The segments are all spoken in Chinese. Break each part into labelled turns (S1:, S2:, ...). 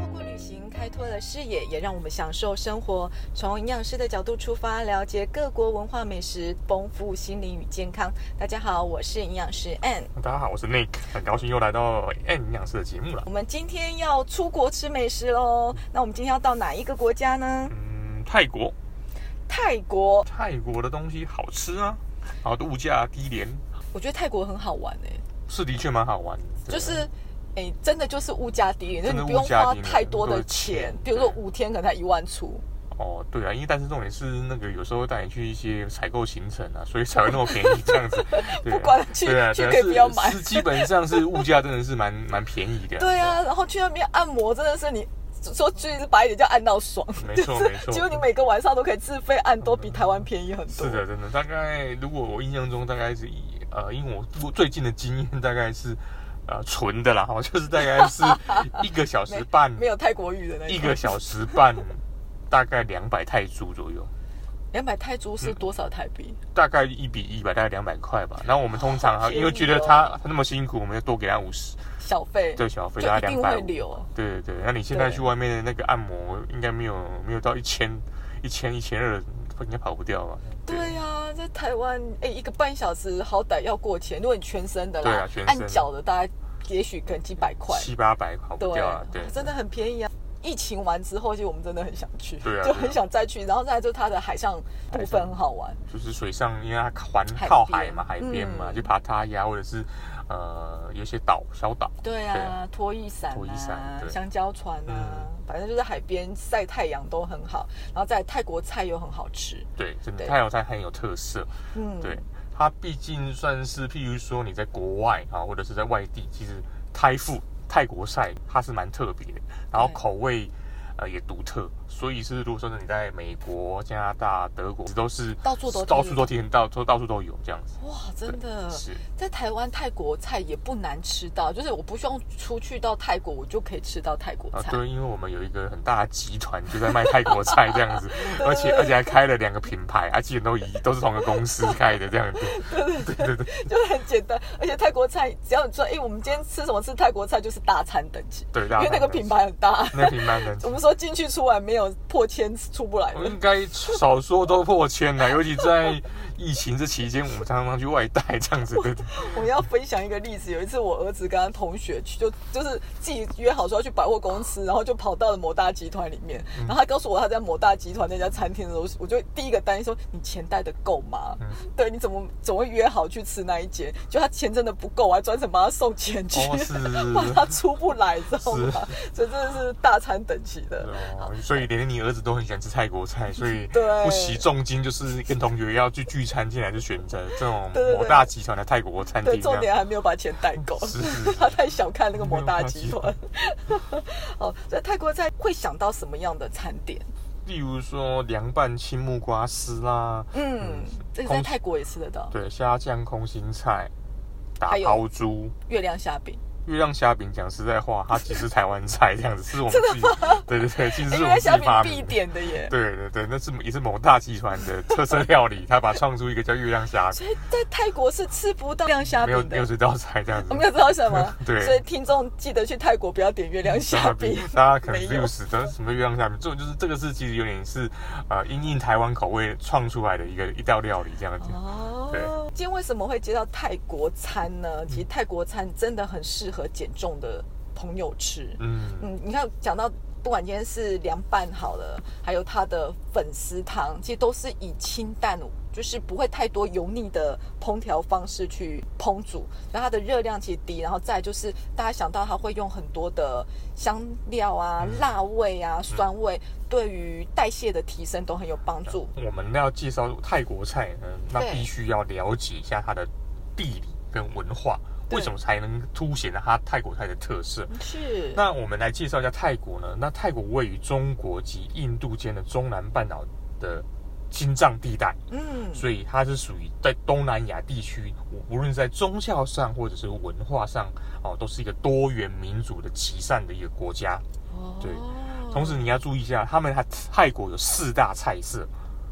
S1: 透过旅行开拓了视野，也让我们享受生活。从营养师的角度出发，了解各国文化美食，丰富心灵与健康。大家好，我是营养师 Ann。
S2: 大家好，我是 Nick，很高兴又来到 N 营养师的节目了。
S1: 我们今天要出国吃美食喽。那我们今天要到哪一个国家呢？
S2: 嗯，泰国，
S1: 泰国。
S2: 泰国的东西好吃啊，然后物价低廉，
S1: 我觉得泰国很好玩诶、
S2: 是的确蛮好玩的。
S1: 就是，哎、真的就是物价低廉，就
S2: 真
S1: 你
S2: 的
S1: 不用
S2: 物价
S1: 花
S2: 低廉
S1: 太多的
S2: 都是
S1: 钱
S2: 钱，
S1: 比如说
S2: 对
S1: 五天可能才一万出。
S2: 哦，对啊，因为但是重点是那个有时候会带你去一些采购行程啊，所以才会那么便宜这样 子。对
S1: 不管去
S2: 对啊，
S1: 去
S2: 对啊
S1: 可以不要
S2: 是
S1: 买
S2: 是基本上是物价真的是蛮蛮便宜的。
S1: 对啊，然后去那边按摩真的是你说句白一点叫按到爽，
S2: 没
S1: 就
S2: 错
S1: 是
S2: 没错
S1: 几乎你每个晚上都可以自费按，都比台湾便宜很多。
S2: 是的，，真的，大概如果我印象中大概是以呃，因为我我最近的经验大概是呃纯的啦，哈，就是大概是一个小时半，
S1: 没有泰国语的那
S2: 一
S1: 种
S2: 个。小时半大概两百泰铢左右，
S1: 两百哎泰铢是多少台币？
S2: 大概一比一吧，大概两百块吧。然后我们通常
S1: 好
S2: 啊
S1: 便宜哦
S2: 因为觉得他他那么辛苦，我们就多给他五十，
S1: 小费
S2: 对，小费
S1: 就
S2: 大
S1: 一
S2: 概
S1: 定
S2: 两
S1: 会
S2: 百五。
S1: 留。
S2: 对对对，那你现在
S1: 对
S2: 去外面的那个按摩，应该没有没有到一千一千一千二，应该跑不掉吧？
S1: 对呀、在台湾哎、一个半小时好歹要过千，如果你全身的啦，
S2: 对啊全身
S1: 按脚的大概也许可能几百块，
S2: 七八百跑不掉啊，对，
S1: 真的很便宜啊。疫情完之后，其实我们真的很想去，
S2: 对啊
S1: 就
S2: 对啊
S1: 很想再去。然后再来就它的海上部分很好玩，
S2: 就是水上，因为它环
S1: 海
S2: 靠
S1: 边
S2: 海嘛，海边嘛，
S1: 嗯
S2: 就爬塔呀，或者是呃有一些岛、小岛，
S1: 对
S2: 对
S1: 啊
S2: 啊，
S1: 拖衣伞
S2: 拖衣
S1: 啊
S2: 伞，对嗯
S1: 香蕉船啊，反正就是海边晒太阳都很好。然后在泰国菜又很好吃，
S2: 对，真的
S1: 对
S2: 泰国菜很有特色，
S1: 嗯，
S2: 对，它毕竟算是，譬如说你在国外啊，或者是在外地，其实泰富泰国菜它是蛮特别的，然后
S1: 对
S2: 口味呃也独特，所以是如果说你在美国、加拿大、德国都是
S1: 到处都
S2: 到
S1: 听嗯
S2: 处都听到，都到处都有这样子，
S1: 哇，真的
S2: 是
S1: 在台湾泰国菜也不难吃到，就是我不需要出去到泰国，我就可以吃到泰国
S2: 啊，
S1: 菜。
S2: 对，因为我们有一个很大的集团就在卖泰国菜 这样子，而且而且还开了两个品牌，而且都一都是同一个公司开的这样子。
S1: 就很简单，而且泰国菜只要你说，哎、我们今天吃什么？吃泰国菜就是大餐等级，
S2: 对，
S1: 因
S2: 大
S1: 为
S2: 家
S1: 那个
S2: 看得
S1: 品牌很大。
S2: 那个品牌能
S1: 我们说进去出来没有破千出不来
S2: 我
S1: 的
S2: 应，该少说都破千了，尤其在疫情这期间，我们常常去外带这样子的。
S1: 我们要分享一个例子。有一次我儿子跟他同学去，就就是自己约好说要去百货公司，然后就跑到了某大集团里面，
S2: 嗯
S1: 然后他告诉我他在某大集团那家餐厅的时候，我就第一个担心说你钱带的够吗？
S2: 嗯
S1: 对，你怎么怎么会约好去吃那一间？就他钱真的不够，我还专程帮他送钱去，
S2: 哦，是是
S1: 怕 他
S2: 是。
S1: 出不来，知道吗？所以真的是大餐等级的。
S2: 哦，所以连你儿子都很喜欢吃泰国菜，所以
S1: 对
S2: 不惜重金，就是跟同学要去聚餐，进来就选择这种
S1: 对对对
S2: 某大集团的泰国餐
S1: 对，
S2: 厅这
S1: 重
S2: 样。
S1: 点还没有把钱带够，
S2: 是是
S1: 他太小看那个摩大集团。 哦，所以泰国菜会想到什么样的餐点？
S2: 例如说凉拌青木瓜丝啦，
S1: 嗯，这个在泰国也吃得到，
S2: 对，虾酱空心菜，打
S1: 还有
S2: 抛猪。
S1: 月亮虾饼。
S2: 月亮虾饼讲实在话，它其实是台湾菜这样子，是我们自己，对对对，其实
S1: 哎月
S2: 是我们
S1: 亮
S2: 自
S1: 虾
S2: 己
S1: 饼
S2: 发
S1: 必
S2: 明的。
S1: 点的 耶。
S2: 对对对，那是也是某大集团的 特色料理，他把创出一个叫月亮虾饼，
S1: 所以在泰国是吃不到月亮虾
S2: 没有
S1: 饼
S2: 没有
S1: 的。
S2: 这道菜这样子
S1: 我。们有知道什么？
S2: 对
S1: 所以听众记得去泰国不要点月亮虾饼。
S2: 大家可能
S1: 没有
S2: 六十的什么月亮虾饼，这种就是这个是其实有点是呃因应台湾口味创出来的一个一道料理这样子。对嗯
S1: 哦，今天为什么会接到泰国餐呢？其实泰国餐真的很适合减重的朋友吃。
S2: 嗯，
S1: 嗯，你看讲到不管今天是凉拌好了，还有它的粉丝汤，其实都是以清淡，就是不会太多油腻的烹调方式去烹煮，然后它的热量其实低，然后再就是大家想到它会用很多的香料啊、辣味啊、酸味，对于代谢的提升都很有帮助。
S2: 我们要介绍泰国菜呢，那
S1: 对
S2: 必须要了解一下它的地理跟文化，
S1: 对
S2: 为什么才能凸显它泰国菜的特色？
S1: 是，
S2: 那我们来介绍一下泰国呢。那泰国位于中国及印度间的中南半岛的心脏地带，
S1: 嗯，
S2: 所以它是属于在东南亚地区，无无论是在宗教上或者是文化上，哦，都是一个多元民族的集散的一个国家。对
S1: 哦
S2: 同时你要注意一下，他们还泰国有四大菜色，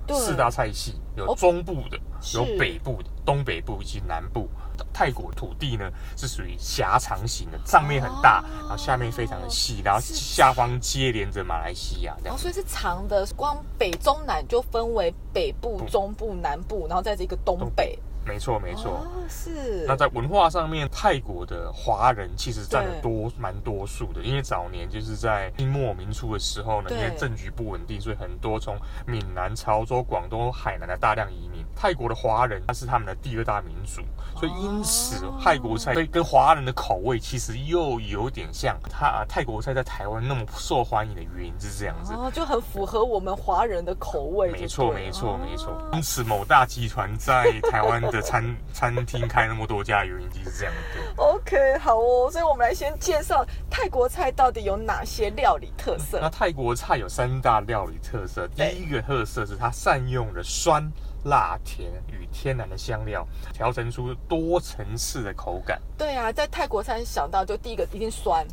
S1: 对
S2: 四大菜系有
S1: 哦
S2: 中部的，有
S1: 是
S2: 北部的，东北部以及南部。泰国土地呢是属于狭长型的，上面很大，
S1: 哦
S2: 然后下面非常的细，然后
S1: 是哦
S2: 下方接连着马来西亚这
S1: 然
S2: 样
S1: 后。所以是长的，光北中南就分为北部、
S2: 嗯
S1: 中部、南部，然后再这个东北。
S2: 没错，没错。
S1: 哦，是
S2: 那。在文化上面，泰国的华人其实占了
S1: 对
S2: 多蛮多数的，因为早年就是在清末民初的时候呢，因
S1: 对
S2: 为政局不稳定，所以很多从闽南、潮州、广东、海南的大量移民。泰国的华人，他是他们的第二大民族，所以因此
S1: 哦
S2: 泰国菜跟华人的口味其实又有点像，它啊泰国菜在台湾那么受欢迎的原因是这样子。
S1: 哦，就很符合我们华人的口味就对了。
S2: 没错，没错，没错
S1: 哦。
S2: 因此，某大集团在台湾的餐 餐厅开那么多家，原因就是这样的。
S1: OK，好哦，所以我们来先介绍泰国菜到底有哪些料理特色
S2: 嗯那。泰国菜有三大料理特色，第
S1: 对
S2: 一个特色是它善用了酸、辣、甜与天然的香料，调成出多层次的口感。
S1: 对啊，在泰国餐想到就第一个一定酸，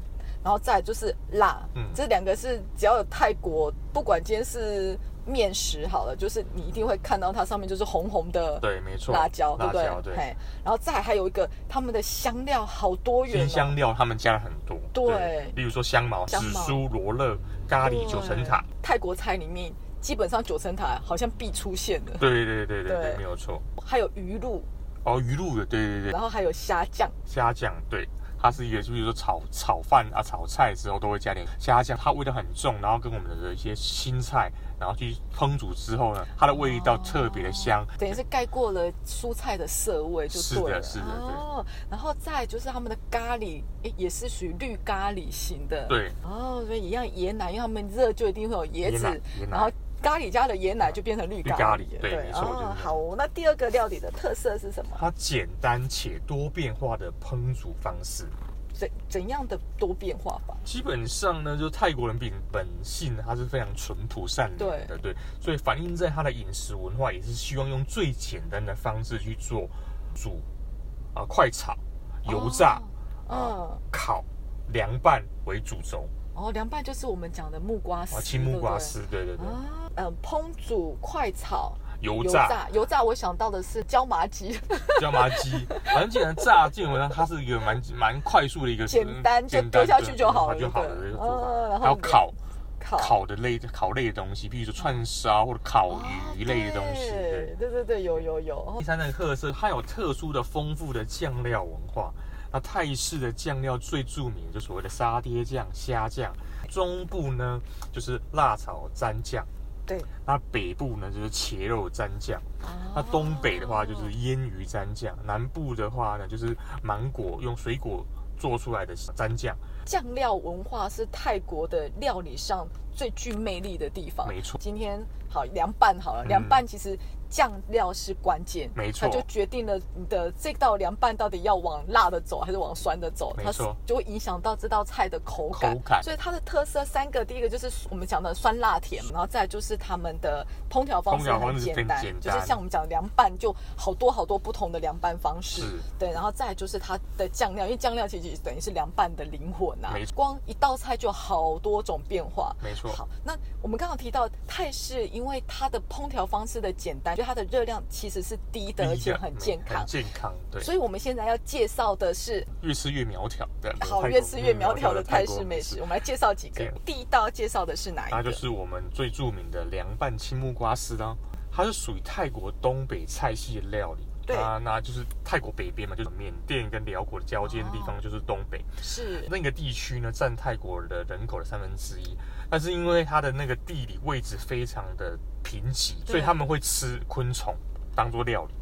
S1: 然后再就是辣，
S2: 嗯
S1: 这两个是只要有泰国，不管今天是面食好了，就是你一定会看到它上面就是红红的
S2: 对，没错，
S1: 辣椒，
S2: 辣
S1: 对
S2: 椒
S1: 不对？
S2: 对。
S1: 嘿然后再还有一个他们的香料好多元、哦，
S2: 新香料他们加了很多，
S1: 对
S2: 例如说香茅、紫
S1: 香茅
S2: 苏、罗勒、咖喱、
S1: 对
S2: 九层塔，
S1: 泰国菜里面基本上九层塔好像必出现的，
S2: 对对对对对
S1: 对
S2: 对，没有错。
S1: 还有鱼露，
S2: 哦，鱼露的，对对对，
S1: 然后还有虾酱，
S2: 虾酱，对，它是一个，就是说炒炒饭啊、炒菜之后都会加点虾酱，它味道很重，然后跟我们的一些新菜，然后去烹煮之后呢，它的味道特别的香。
S1: 等于是盖过了蔬菜的涩味，就是对
S2: 的
S1: 了。
S2: 是的对
S1: 哦，然后再就是他们的咖喱，诶也是属于绿咖喱型的。。
S2: 对，
S1: 哦，所以一样椰奶，因为他们热就一定会有椰子
S2: 椰奶椰奶，
S1: 然后咖喱加了椰奶就变成绿咖喱了。
S2: 绿咖喱对没错就是
S1: 哦，好哦，那第二个料理的特色是什么？
S2: 它简单且多变化的烹煮方式。
S1: 怎怎样的多变化法？
S2: 基本上呢，就泰国人秉本性，他是非常淳朴善良的，对，所以反映在他的饮食文化，也是希望用最简单的方式去做煮啊、快炒、油炸、啊
S1: 嗯，
S2: 烤、凉拌为主轴。
S1: 哦，凉拌就是我们讲的木瓜丝，
S2: 啊，青木瓜
S1: 对
S2: 丝，对对
S1: 不对。，
S2: 对
S1: 啊，嗯，烹煮、快炒、油
S2: 油炸、
S1: 炸、油炸，我想到的是椒麻鸡，
S2: 椒麻鸡，反正基本上炸基本上它是一个蛮蛮快速的一个
S1: 简单就
S2: 简
S1: 丢下
S2: 的
S1: 去就好了
S2: 就好了
S1: 对
S2: 这个做
S1: 嗯
S2: 法。
S1: 然后
S2: 还有烤
S1: 烤啊
S2: 烤的类烤类的东西，比如说串烧或者烤鱼类的东西。
S1: 对
S2: 对。
S1: 对对对，有有有。哦
S2: 第三个特色，它有特殊的丰富的酱料文化。那泰式的酱料最著名的就所谓的沙爹酱、虾酱，中部呢就是辣炒蘸酱，
S1: 对，
S2: 那北部呢就是茄肉蘸酱。那
S1: 啊
S2: 东北的话
S1: 哦
S2: 就是腌鱼蘸酱，南部的话呢就是芒果用水果做出来的蘸酱，
S1: 酱料文化是泰国的料理上最具魅力的地方。
S2: 没错
S1: 今天好凉拌好了，
S2: 嗯
S1: 凉拌其实酱料是关键，
S2: 没错
S1: 它就决定了你的这道凉拌到底要往辣的走还是往酸的走，
S2: 没
S1: 它
S2: 错
S1: 就会影响到这道菜的口感。
S2: 口感
S1: 所以它的特色三个，第一个就是我们讲的酸辣甜，然后再来就是他们的烹调方
S2: 烹
S1: 式
S2: 调
S1: 很
S2: 方式
S1: 简
S2: 很
S1: 单，
S2: 简
S1: 就是
S2: 单
S1: 像我们讲的凉拌就好多好多不同的凉拌方式。
S2: 是
S1: 对，然后再来就是它的酱料，因为酱料其实等于是凉拌的灵魂呐、啊
S2: 没错。
S1: 光一道菜就好多种变化。
S2: 没错
S1: 好，那我们刚刚提到泰式，因为它的烹调方式的简单，就它的热量其实是低的，而
S2: 第一
S1: 且
S2: 个
S1: 很
S2: 嗯
S1: 健康
S2: 很。健康，对，
S1: 所以我们现在要介绍的是
S2: 越吃越苗条的，
S1: 好
S2: 泰国
S1: 越吃越苗条的泰
S2: 国
S1: 式美食，我们来介绍几个
S2: 这样。
S1: 第一道介绍的是哪一
S2: 它
S1: 个？
S2: 就是我们最著名的凉拌青木瓜丝啦，它是属于泰国东北菜系的料理。
S1: 对
S2: 那那就是泰国北边嘛，就是缅甸跟辽国的交界的地
S1: 哦
S2: 方，就是东北。
S1: 是
S2: 那个地区呢，占泰国的人口的三分之一，但是因为它的那个地理位置非常的贫瘠，
S1: 对
S2: 所以他们会吃昆虫当做料理，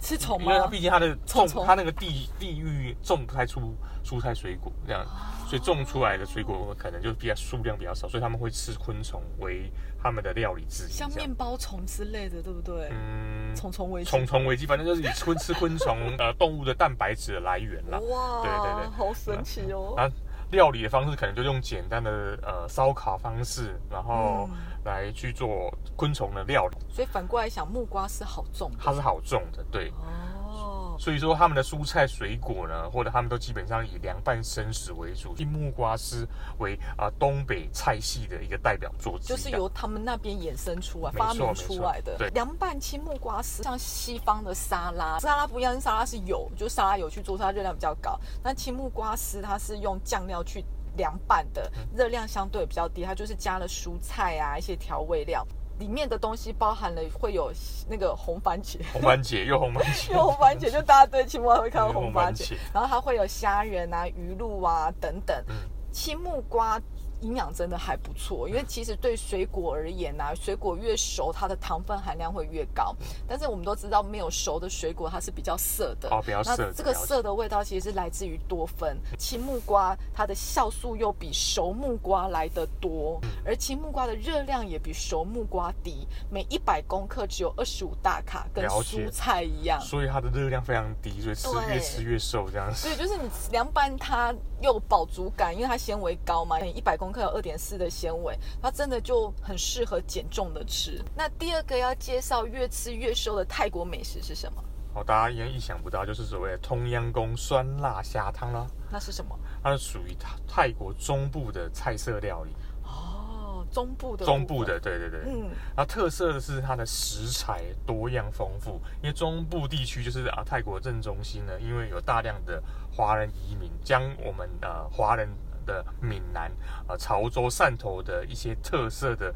S1: 吃虫
S2: 因为它
S1: 吗
S2: 毕？竟它的
S1: 虫
S2: 种
S1: 虫
S2: 它那个地地域种不太出蔬菜水果这样，
S1: 啊
S2: 所以种出来的水果可能就比较数量比较少，所以他们会吃昆虫为他们的料理之一。
S1: 像
S2: 这样
S1: 面包虫之类的，对不对？
S2: 嗯，
S1: 虫虫危机。
S2: 虫虫危机，反正就是以昆吃昆虫呃动物的蛋白质的来源啦。
S1: 哇，
S2: 对对对
S1: 好神奇哦！
S2: 啊，料理的方式可能就用简单的呃烧烤方式，然后
S1: 嗯
S2: 来去做昆虫的料理，
S1: 所以反过来想，木瓜是好重的
S2: 它是好种的，对。
S1: 哦。哦
S2: 所以说他们的蔬菜水果呢，或者他们都基本上以凉拌生食为主，以木瓜丝为啊、东北菜系的一个代表作之一
S1: 就
S2: 啊，
S1: 是由他们那边衍生出来、
S2: 没错
S1: 发明出来
S2: 没
S1: 的
S2: 错对。
S1: 凉拌青木瓜丝像西方的沙拉，沙拉不一样，沙拉是油，就沙拉油去做，它热量比较高。那青木瓜丝它是用酱料去凉拌的，热量相对比较低，它就是加了蔬菜啊一些调味料，里面的东西包含了会有那个红番茄。
S2: 红番茄又红番 茄，
S1: 有红番茄，就大家对青木瓜会看到红番茄
S2: 有红番茄，
S1: 然后它会有虾仁啊、鱼露啊等等。
S2: 嗯
S1: 青木瓜营养真的还不错，因为其实对水果而言啊，水果越熟，它的糖分含量会越高。
S2: 嗯
S1: 但是我们都知道，没有熟的水果它是比较涩的。
S2: 哦比较涩
S1: 那这个
S2: 了解嗯
S1: 涩的味道其实是来自于多酚。青木瓜它的酵素又比熟木瓜来得多，
S2: 嗯
S1: 而青木瓜的热量也比熟木瓜低，每一百公克只有二十五大卡，跟
S2: 了解
S1: 蔬菜一样。
S2: 所以它的热量非常低，所以吃
S1: 对
S2: 越吃越瘦这样子。
S1: 所以就是你凉拌它又饱足感，因为它纤维高嘛，一百公克有二点四的纤维，它真的就很适合减重的吃。那第二个要介绍越吃越瘦的泰国美食是什么？
S2: 哦，大家应该意想不到，就是所谓的通阳宫酸辣虾汤啦，
S1: 那是什么？
S2: 它是属于泰泰国中部的菜色料理，
S1: 哦，中部的
S2: 中部
S1: 分，
S2: 的，对对对。
S1: 嗯，
S2: 那特色的是它的食材多样丰富，因为中部地区就是啊泰国正中心呢，因为有大量的华人移民，将我们呃华人的闽南、呃潮州、汕头的一些特色的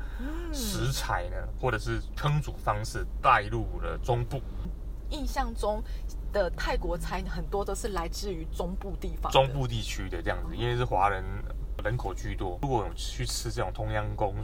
S2: 食材呢，或者是烹煮方式带入了中部。
S1: 印象中的泰国菜很多都是来自于中部地方的，
S2: 中部地区的这样子，因为是华人人口居多。如果我们去吃这种通阳宫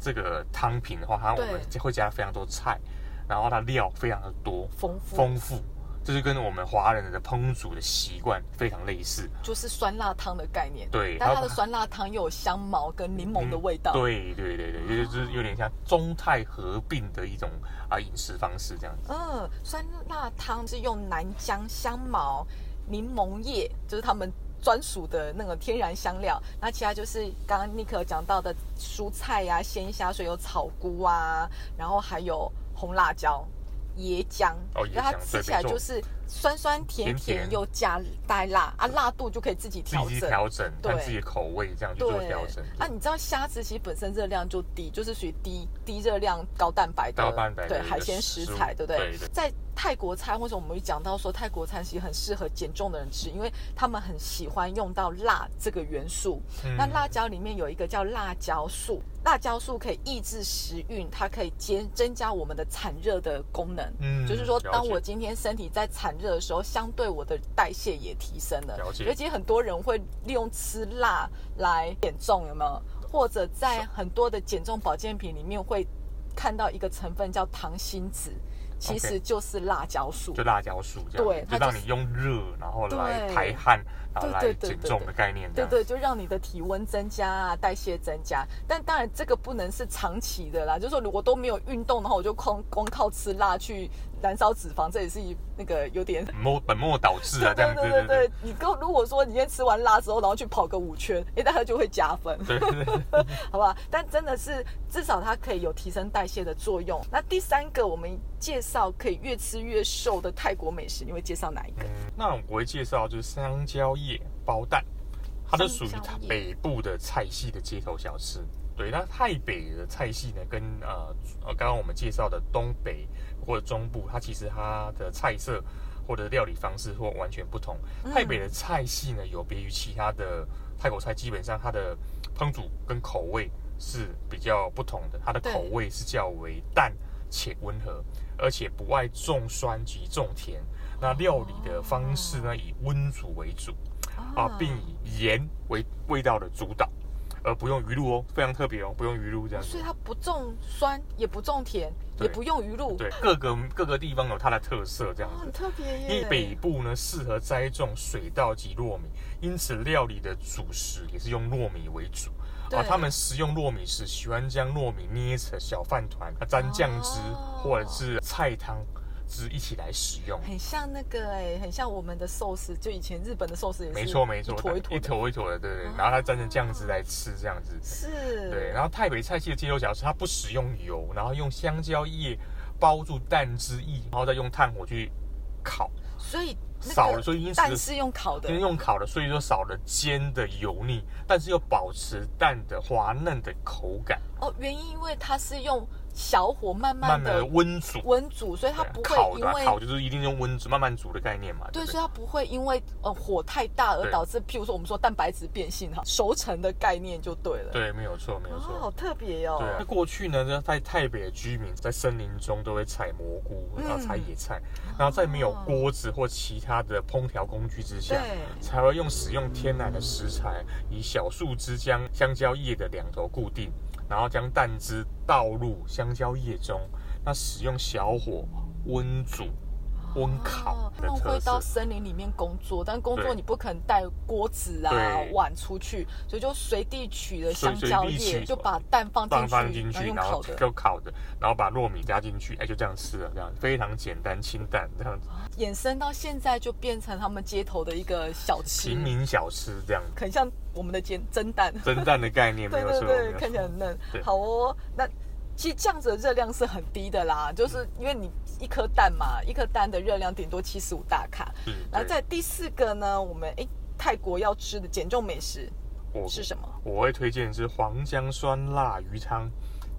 S2: 这个汤品的话，它
S1: 对
S2: 我们会加非常多菜，然后它料非常的多
S1: 丰富，
S2: 丰富，这就跟我们华人的烹煮的习惯非常类似。
S1: 就是酸辣汤的概念。
S2: 对
S1: 但
S2: 它嗯
S1: 它的酸辣汤又有香茅跟柠檬的味道。啊
S2: 对对对对，就是就是有点像中泰合并的一种啊饮食方式这样子。
S1: 嗯，酸辣汤是用南姜、香茅、柠檬叶，就是他们专属的那个天然香料。那其他就是刚刚尼克有讲到的蔬菜呀、鲜虾，所以有草菇啊，然后还有红辣椒、椰浆。
S2: 哦椰
S1: 然后它
S2: 浆
S1: 吃
S2: 对
S1: 起来
S2: 没错
S1: 就是酸酸甜
S2: 甜
S1: 甜
S2: 甜
S1: 又加带辣啊，辣度就可以自己
S2: 自
S1: 调
S2: 己
S1: 整。
S2: 去调整，
S1: 对
S2: 看自己的口味这样去做
S1: 对
S2: 调整。
S1: 啊，你知道虾子其实本身热量就低，就是属于低低热量高蛋白的
S2: 高蛋白的
S1: 对
S2: 一个
S1: 海鲜食
S2: 食物
S1: 材，对不对？
S2: 对对
S1: 在泰国菜，或者我们会讲到说泰国菜其实很适合减重的人吃，因为他们很喜欢用到辣这个元素。
S2: 嗯
S1: 那辣椒里面有一个叫辣椒素，辣椒素可以抑制食欲，它可以兼增加我们的产热的功能。
S2: 嗯
S1: 就是说，当我
S2: 了解
S1: 今天身体在产热的时候，相对我的代谢也提升了。
S2: 了解
S1: 所以其实很多人会利用吃辣来减重，有没有？或者在很多的减重保健品里面会看到一个成分叫糖心子，其
S2: OK
S1: 实就是辣椒素。
S2: 就辣椒素这样，
S1: 对它
S2: 就
S1: 就
S2: 让
S1: 是
S2: 你用热，然后来
S1: 对
S2: 排汗，然后
S1: 对
S2: 来
S1: 对对
S2: 减
S1: 对
S2: 重
S1: 对
S2: 的概念这
S1: 对
S2: 样。
S1: 对，就让你的体温增加啊，代谢增加。但当然，这个不能是长期的啦。就是说，如果都没有运动的话，我就光光靠吃辣去燃烧脂肪，这也是一那个有点
S2: 本末本末倒置啊，这
S1: 对
S2: 样子。
S1: 对对对，你跟如果说你今天吃完辣之后，然后去跑个五圈，哎，那它就会加分，
S2: 对对对，
S1: 好不好？但真的是至少它可以有提升代谢的作用。那第三个，我们介绍可以越吃越瘦的泰国美食，你会介绍哪一个？
S2: 嗯那我会介绍就是香蕉叶包蛋，它就属于
S1: 香蕉
S2: 它
S1: 叶
S2: 北部的菜系的街头小吃。对，那太北的菜系呢，跟呃呃刚刚我们介绍的东北或者中部，它其实它的菜色或者料理方式或完全不同。
S1: 嗯
S2: 太北的菜系呢，有别于其他的泰国菜，基本上它的烹煮跟口味是比较不同的，它的
S1: 对
S2: 口味是较为淡且温和，而且不爱重酸及重甜。那料理的方式呢，以温煮为主啊，并以盐为味道的主导，而不用鱼露哦，非常特别哦，不用鱼露这样子
S1: 所以。它不重酸，也不重甜，也
S2: 对
S1: 不用鱼露，
S2: 对，各个各个地方有它的特色这样
S1: 哦，
S2: 子
S1: 很。特别
S2: 因为
S1: 耶。
S2: 北部呢适合栽种水稻及糯米，因此料理的主食也是用糯米为主。
S1: 对
S2: 啊，他们食用糯米时，喜欢将糯米捏成小饭团，啊沾酱汁、
S1: 哦
S2: 或者是菜汤汁一起来使用。
S1: 很像那个哎，很像我们的寿司，就以前日本的寿司也是，
S2: 没错没错
S1: 一，坨一坨
S2: 一
S1: 的，哦
S2: 坨一坨的，对对。然后它沾成酱汁来吃，这样子。
S1: 是，
S2: 对，然后太北菜系的鸡肉小吃，它不使用油，然后用香蕉叶包住蛋汁液，然后再用炭火去烤。
S1: 所以
S2: 少
S1: 那
S2: 了，
S1: 个
S2: 所以因此
S1: 蛋是用烤的
S2: 因为用烤的，所以说少了煎的油腻，但是又保持蛋的滑嫩的口感，
S1: 哦，原因因为它是用小火慢
S2: 慢
S1: 慢
S2: 慢
S1: 的
S2: 的温煮。
S1: 温煮，所以它
S2: 对啊
S1: 不
S2: 烤
S1: 会
S2: 的
S1: 因
S2: 啊、
S1: 为
S2: 烤就是一定用温煮慢慢煮的概念嘛，对
S1: 对，
S2: 不
S1: 所以它
S2: 对？
S1: 不会因为呃火太大而
S2: 对
S1: 导致，譬如说我们说蛋白质变性哈，熟成的概念就对了。
S2: 对，没有错，没有
S1: 哦，
S2: 错。
S1: 好特别哦。
S2: 对啊，那过去呢，就在台北的居民在森林中都会采蘑菇，
S1: 嗯哦
S2: 然后采野菜，然后在没有锅子或其他的烹调工具之下，
S1: 对
S2: 才会用使用天然的食材，以小树枝将香蕉叶的两头固定，然后将蛋汁倒入香蕉叶中，那使用小火温煮、温烤
S1: 哦他
S2: 的
S1: 们
S2: 特
S1: 会到
S2: 色。
S1: 森林里面工作，但工作
S2: 对
S1: 你不可能带锅子啊
S2: 对、
S1: 碗出去，所以就随地取了
S2: 随
S1: 香蕉
S2: 随地
S1: 叶，
S2: 取
S1: 就把蛋放进
S2: 放
S1: 去，
S2: 放进去，
S1: 用
S2: 然后
S1: 烤的。
S2: 就烤的，然后把糯米加进去，哎，就这样吃了，这样非常简单清淡，这样子
S1: 衍生到现在就变成他们街头的一个小吃
S2: 平，民小吃这样子。
S1: 很像我们的煎蒸蛋。
S2: 蒸蛋的概念
S1: 对
S2: 没有
S1: 对
S2: 错，没
S1: 对，
S2: 有
S1: 看起来
S2: 错。
S1: 很嫩
S2: 对。
S1: 好哦，那其实这样子的热量是很低的啦，就是因为你一颗蛋嘛，一颗蛋的热量顶多七十五大卡。
S2: 是
S1: 然后
S2: 对
S1: 在第四个呢，我们诶泰国要吃的减重美食
S2: 我
S1: 是什么？
S2: 我会推荐的是黄姜酸辣鱼汤，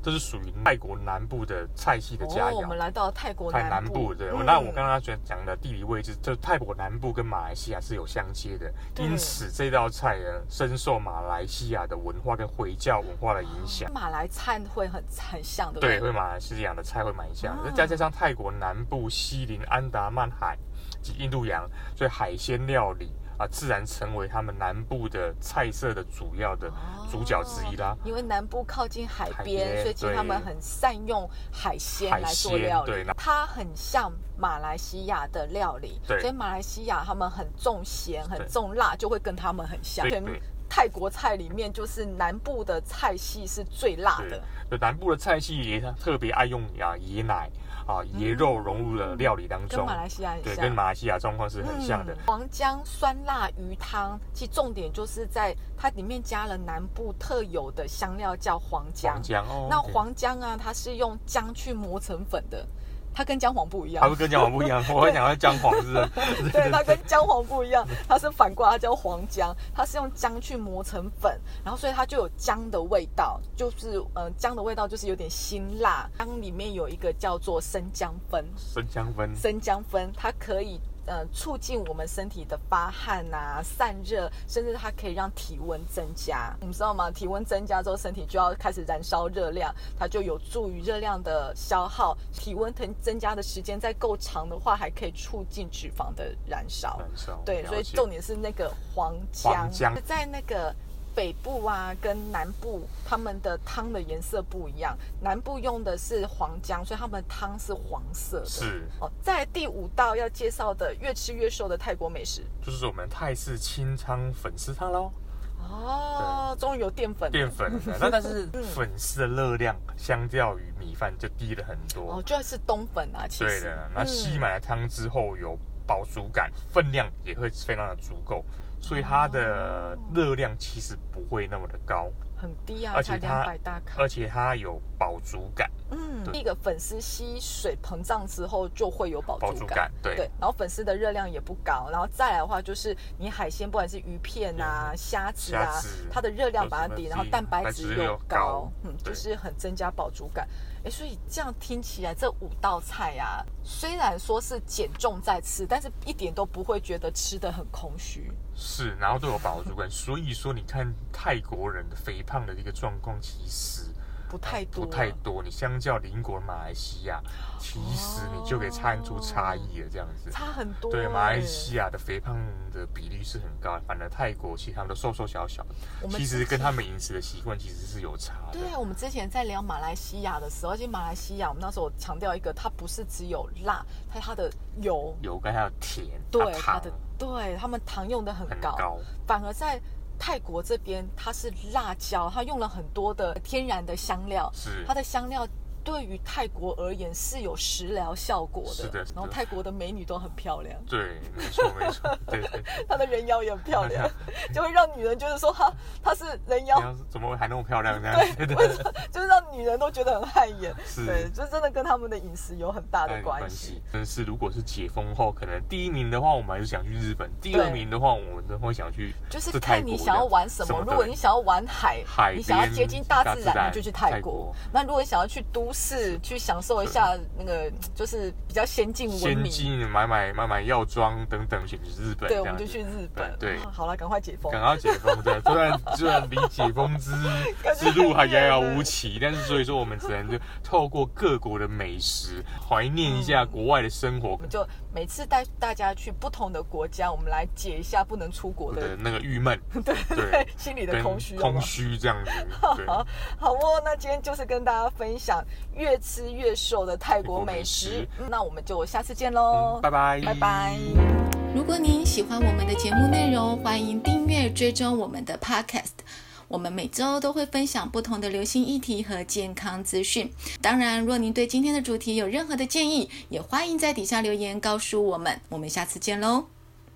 S2: 这是属于泰国南部的菜系的佳
S1: 哦，我们
S2: 肴。
S1: 来到泰国
S2: 泰南
S1: 南
S2: 部对，
S1: 嗯
S2: 那我刚刚讲讲的地理位置，就泰国南部跟马来西亚是有相接的，
S1: 对
S2: 因此这道菜呢深受马来西亚的文化跟回教文化的影响。
S1: 马来餐会很很像，哦对不
S2: 对，
S1: 对？
S2: 会马来西亚的菜会蛮像的，
S1: 啊
S2: 再加上泰国南部西邻安达曼海及印度洋，所以海鲜料理啊，自然成为他们南部的菜色的主要的
S1: 哦
S2: 主角之一啦。
S1: 因为南部靠近海
S2: 海
S1: 边，
S2: 边
S1: 所以其实
S2: 对
S1: 他们很善用海鲜
S2: 海
S1: 来做
S2: 鲜
S1: 料
S2: 对
S1: 理
S2: 那。
S1: 它很像马来西亚的料理，
S2: 对
S1: 所以马来西亚他们很重咸、很
S2: 对
S1: 重辣，就会跟他们很像。
S2: 对
S1: 全
S2: 对
S1: 泰国菜里面，就是南部的菜系是最辣
S2: 对
S1: 的。，
S2: 就南部的菜系也特别爱用啊椰奶啊椰肉融入了料理当
S1: 嗯跟
S2: 中，
S1: 马来西亚很
S2: 对，
S1: 像，
S2: 跟马来西亚状况是很像的
S1: 嗯。黄姜酸辣鱼汤，其实重点就是在它里面加了南部特有的香料，叫黄姜。
S2: 黄姜哦，
S1: 那
S2: OK
S1: 黄姜啊，它是用姜去磨成粉的，它跟姜黄啊不一
S2: 它
S1: 样
S2: 会。跟姜黄不 一样，我会想到姜黄是吧，
S1: 对，它跟姜黄不一样，它是反过来它叫黄姜，它是用姜去磨成粉，然后所以它就有姜的味道，就是呃姜的味道就是有点辛辣。姜里面有一个叫做生姜酚，
S2: 生姜分
S1: 生姜酚，它可以呃促进我们身体的发汗啊、散热，甚至它可以让体温增加。你们知道吗？体温增加之后，身体就要开始燃烧热量，它就有助于热量的消耗。体温增增加的时间再够长的话，还可以促进脂肪的燃烧。
S2: 燃烧，
S1: 对，
S2: 了
S1: 所以
S2: 解
S1: 重点是那个黄姜，
S2: 黄姜
S1: 在那个北部啊跟南部，他们的汤的颜色不一样。南部用的是黄姜，所以他们的汤是黄色的。
S2: 是。
S1: 哦，在第五道要介绍的越吃越瘦的泰国美食
S2: 就是我们泰式清汤粉丝汤喽，
S1: 哦，终于有淀粉了
S2: 淀 粉的。那但是粉丝的热量相较于米饭就低了很多。
S1: 哦，就是冬粉啊，其
S2: 对
S1: 实
S2: 的，那吸
S1: 嗯、
S2: 满了汤之后有饱足感，分量也会非常的足够，所以它的热量其实不会那么的高，
S1: 很低啊，
S2: 而且
S1: 才
S2: 它
S1: 两百大卡
S2: 而。且它有饱足感，
S1: 嗯，
S2: 对
S1: 第一个粉丝吸水膨胀之后就会有饱
S2: 饱
S1: 足
S2: 足
S1: 感
S2: 感。对
S1: 对，然后粉丝的热量也不高，然后再来的话就是你海鲜，不管是鱼片啊、
S2: 嗯
S1: 虾子
S2: 虾
S1: 啊
S2: 子，
S1: 它的热量把它低，
S2: 都是
S1: 然后蛋白质又
S2: 蛋白质又高
S1: 嗯，就
S2: 对
S1: 是很增加饱足感。哎，所以这样听起来，这五道菜啊，虽然说是减重在吃，但是一点都不会觉得吃的很空虚。
S2: 是，然后都有饱足感。 所以说，你看泰国人的肥胖的一个状况，其实。
S1: 不太多，
S2: 不太多。你相较邻国马来西亚，其实你就可以看出差异了，这样子。
S1: 哦差很多、欸
S2: 对，马来西亚的肥胖的比例是很高，反而泰国其实他们都瘦瘦小小的
S1: 我，们
S2: 其
S1: 之
S2: 实
S1: 前
S2: 跟他们饮食的习惯其实是有差的
S1: 对。啊，我们之前在聊马来西亚的时候，其实马来西亚我们那时候强调一个，它不是只有辣，它它的油，
S2: 有跟还有甜，
S1: 对
S2: 啊
S1: 它
S2: 糖
S1: 的对他们糖用的很
S2: 很
S1: 高，
S2: 高，
S1: 反而在泰国这边它是辣椒，它用了很多的天然的香料，
S2: 是
S1: 它的香料对于泰国而言是有食疗效果的。
S2: 是的是的
S1: 然后泰国的美女都很漂亮，
S2: 对，没错没错，对对。
S1: 她的人妖也很漂 亮，就会让女人觉得说她她是人
S2: 你
S1: 妖，
S2: 要是怎么还那么漂亮这样？对
S1: 为什么就是让女人都觉得很汗颜。
S2: 是哎
S1: 对，就真的跟他们的饮食有很大的关系。。
S2: 但是如果是解封后，可能第一名的话，我们还是想去日本；第二名的话，我们都会想去
S1: 就是
S2: 这泰
S1: 看
S2: 国
S1: 你想要玩什
S2: 什
S1: 么。
S2: 么的
S1: 如果你想要玩海，
S2: 海边
S1: 你想要接近大自
S2: 大自
S1: 然，
S2: 然
S1: 你就去泰
S2: 泰
S1: 国
S2: 国。
S1: 那如果你想要去都市，去享受一下那个就是比较先进文
S2: 先
S1: 明，
S2: 进买买买买药妆等等，选去日本。
S1: 对，我们就去。日本。
S2: 对对
S1: 好了，赶快解封
S2: 刚。刚解封，对，虽然虽然离解封之之路还遥遥无期，但是所以说我们只能就透过各国的美食，怀念一下国外的生活
S1: 我们就每次带大家去不同的国家，我们来解一下不能出国
S2: 的
S1: 的
S2: 那个郁闷，对
S1: 对心里的
S2: 跟
S1: 空虚，好不
S2: 空
S1: 好？
S2: 虚这样子，对。
S1: 好好 哦，那今天就是跟大家分享越吃越瘦的泰国
S2: 国美
S1: 美食嗯
S2: 食，
S1: 那我们就下次见喽
S2: 嗯，拜拜，
S1: 拜拜。
S3: 如果您喜欢我们的节目内容，欢迎订阅追踪我们的 Podcast。我们每周都会分享不同的流行议题和健康资讯。当然，若您对今天的主题有任何的建议，也欢迎在底下留言告诉我们。我们下次见喽！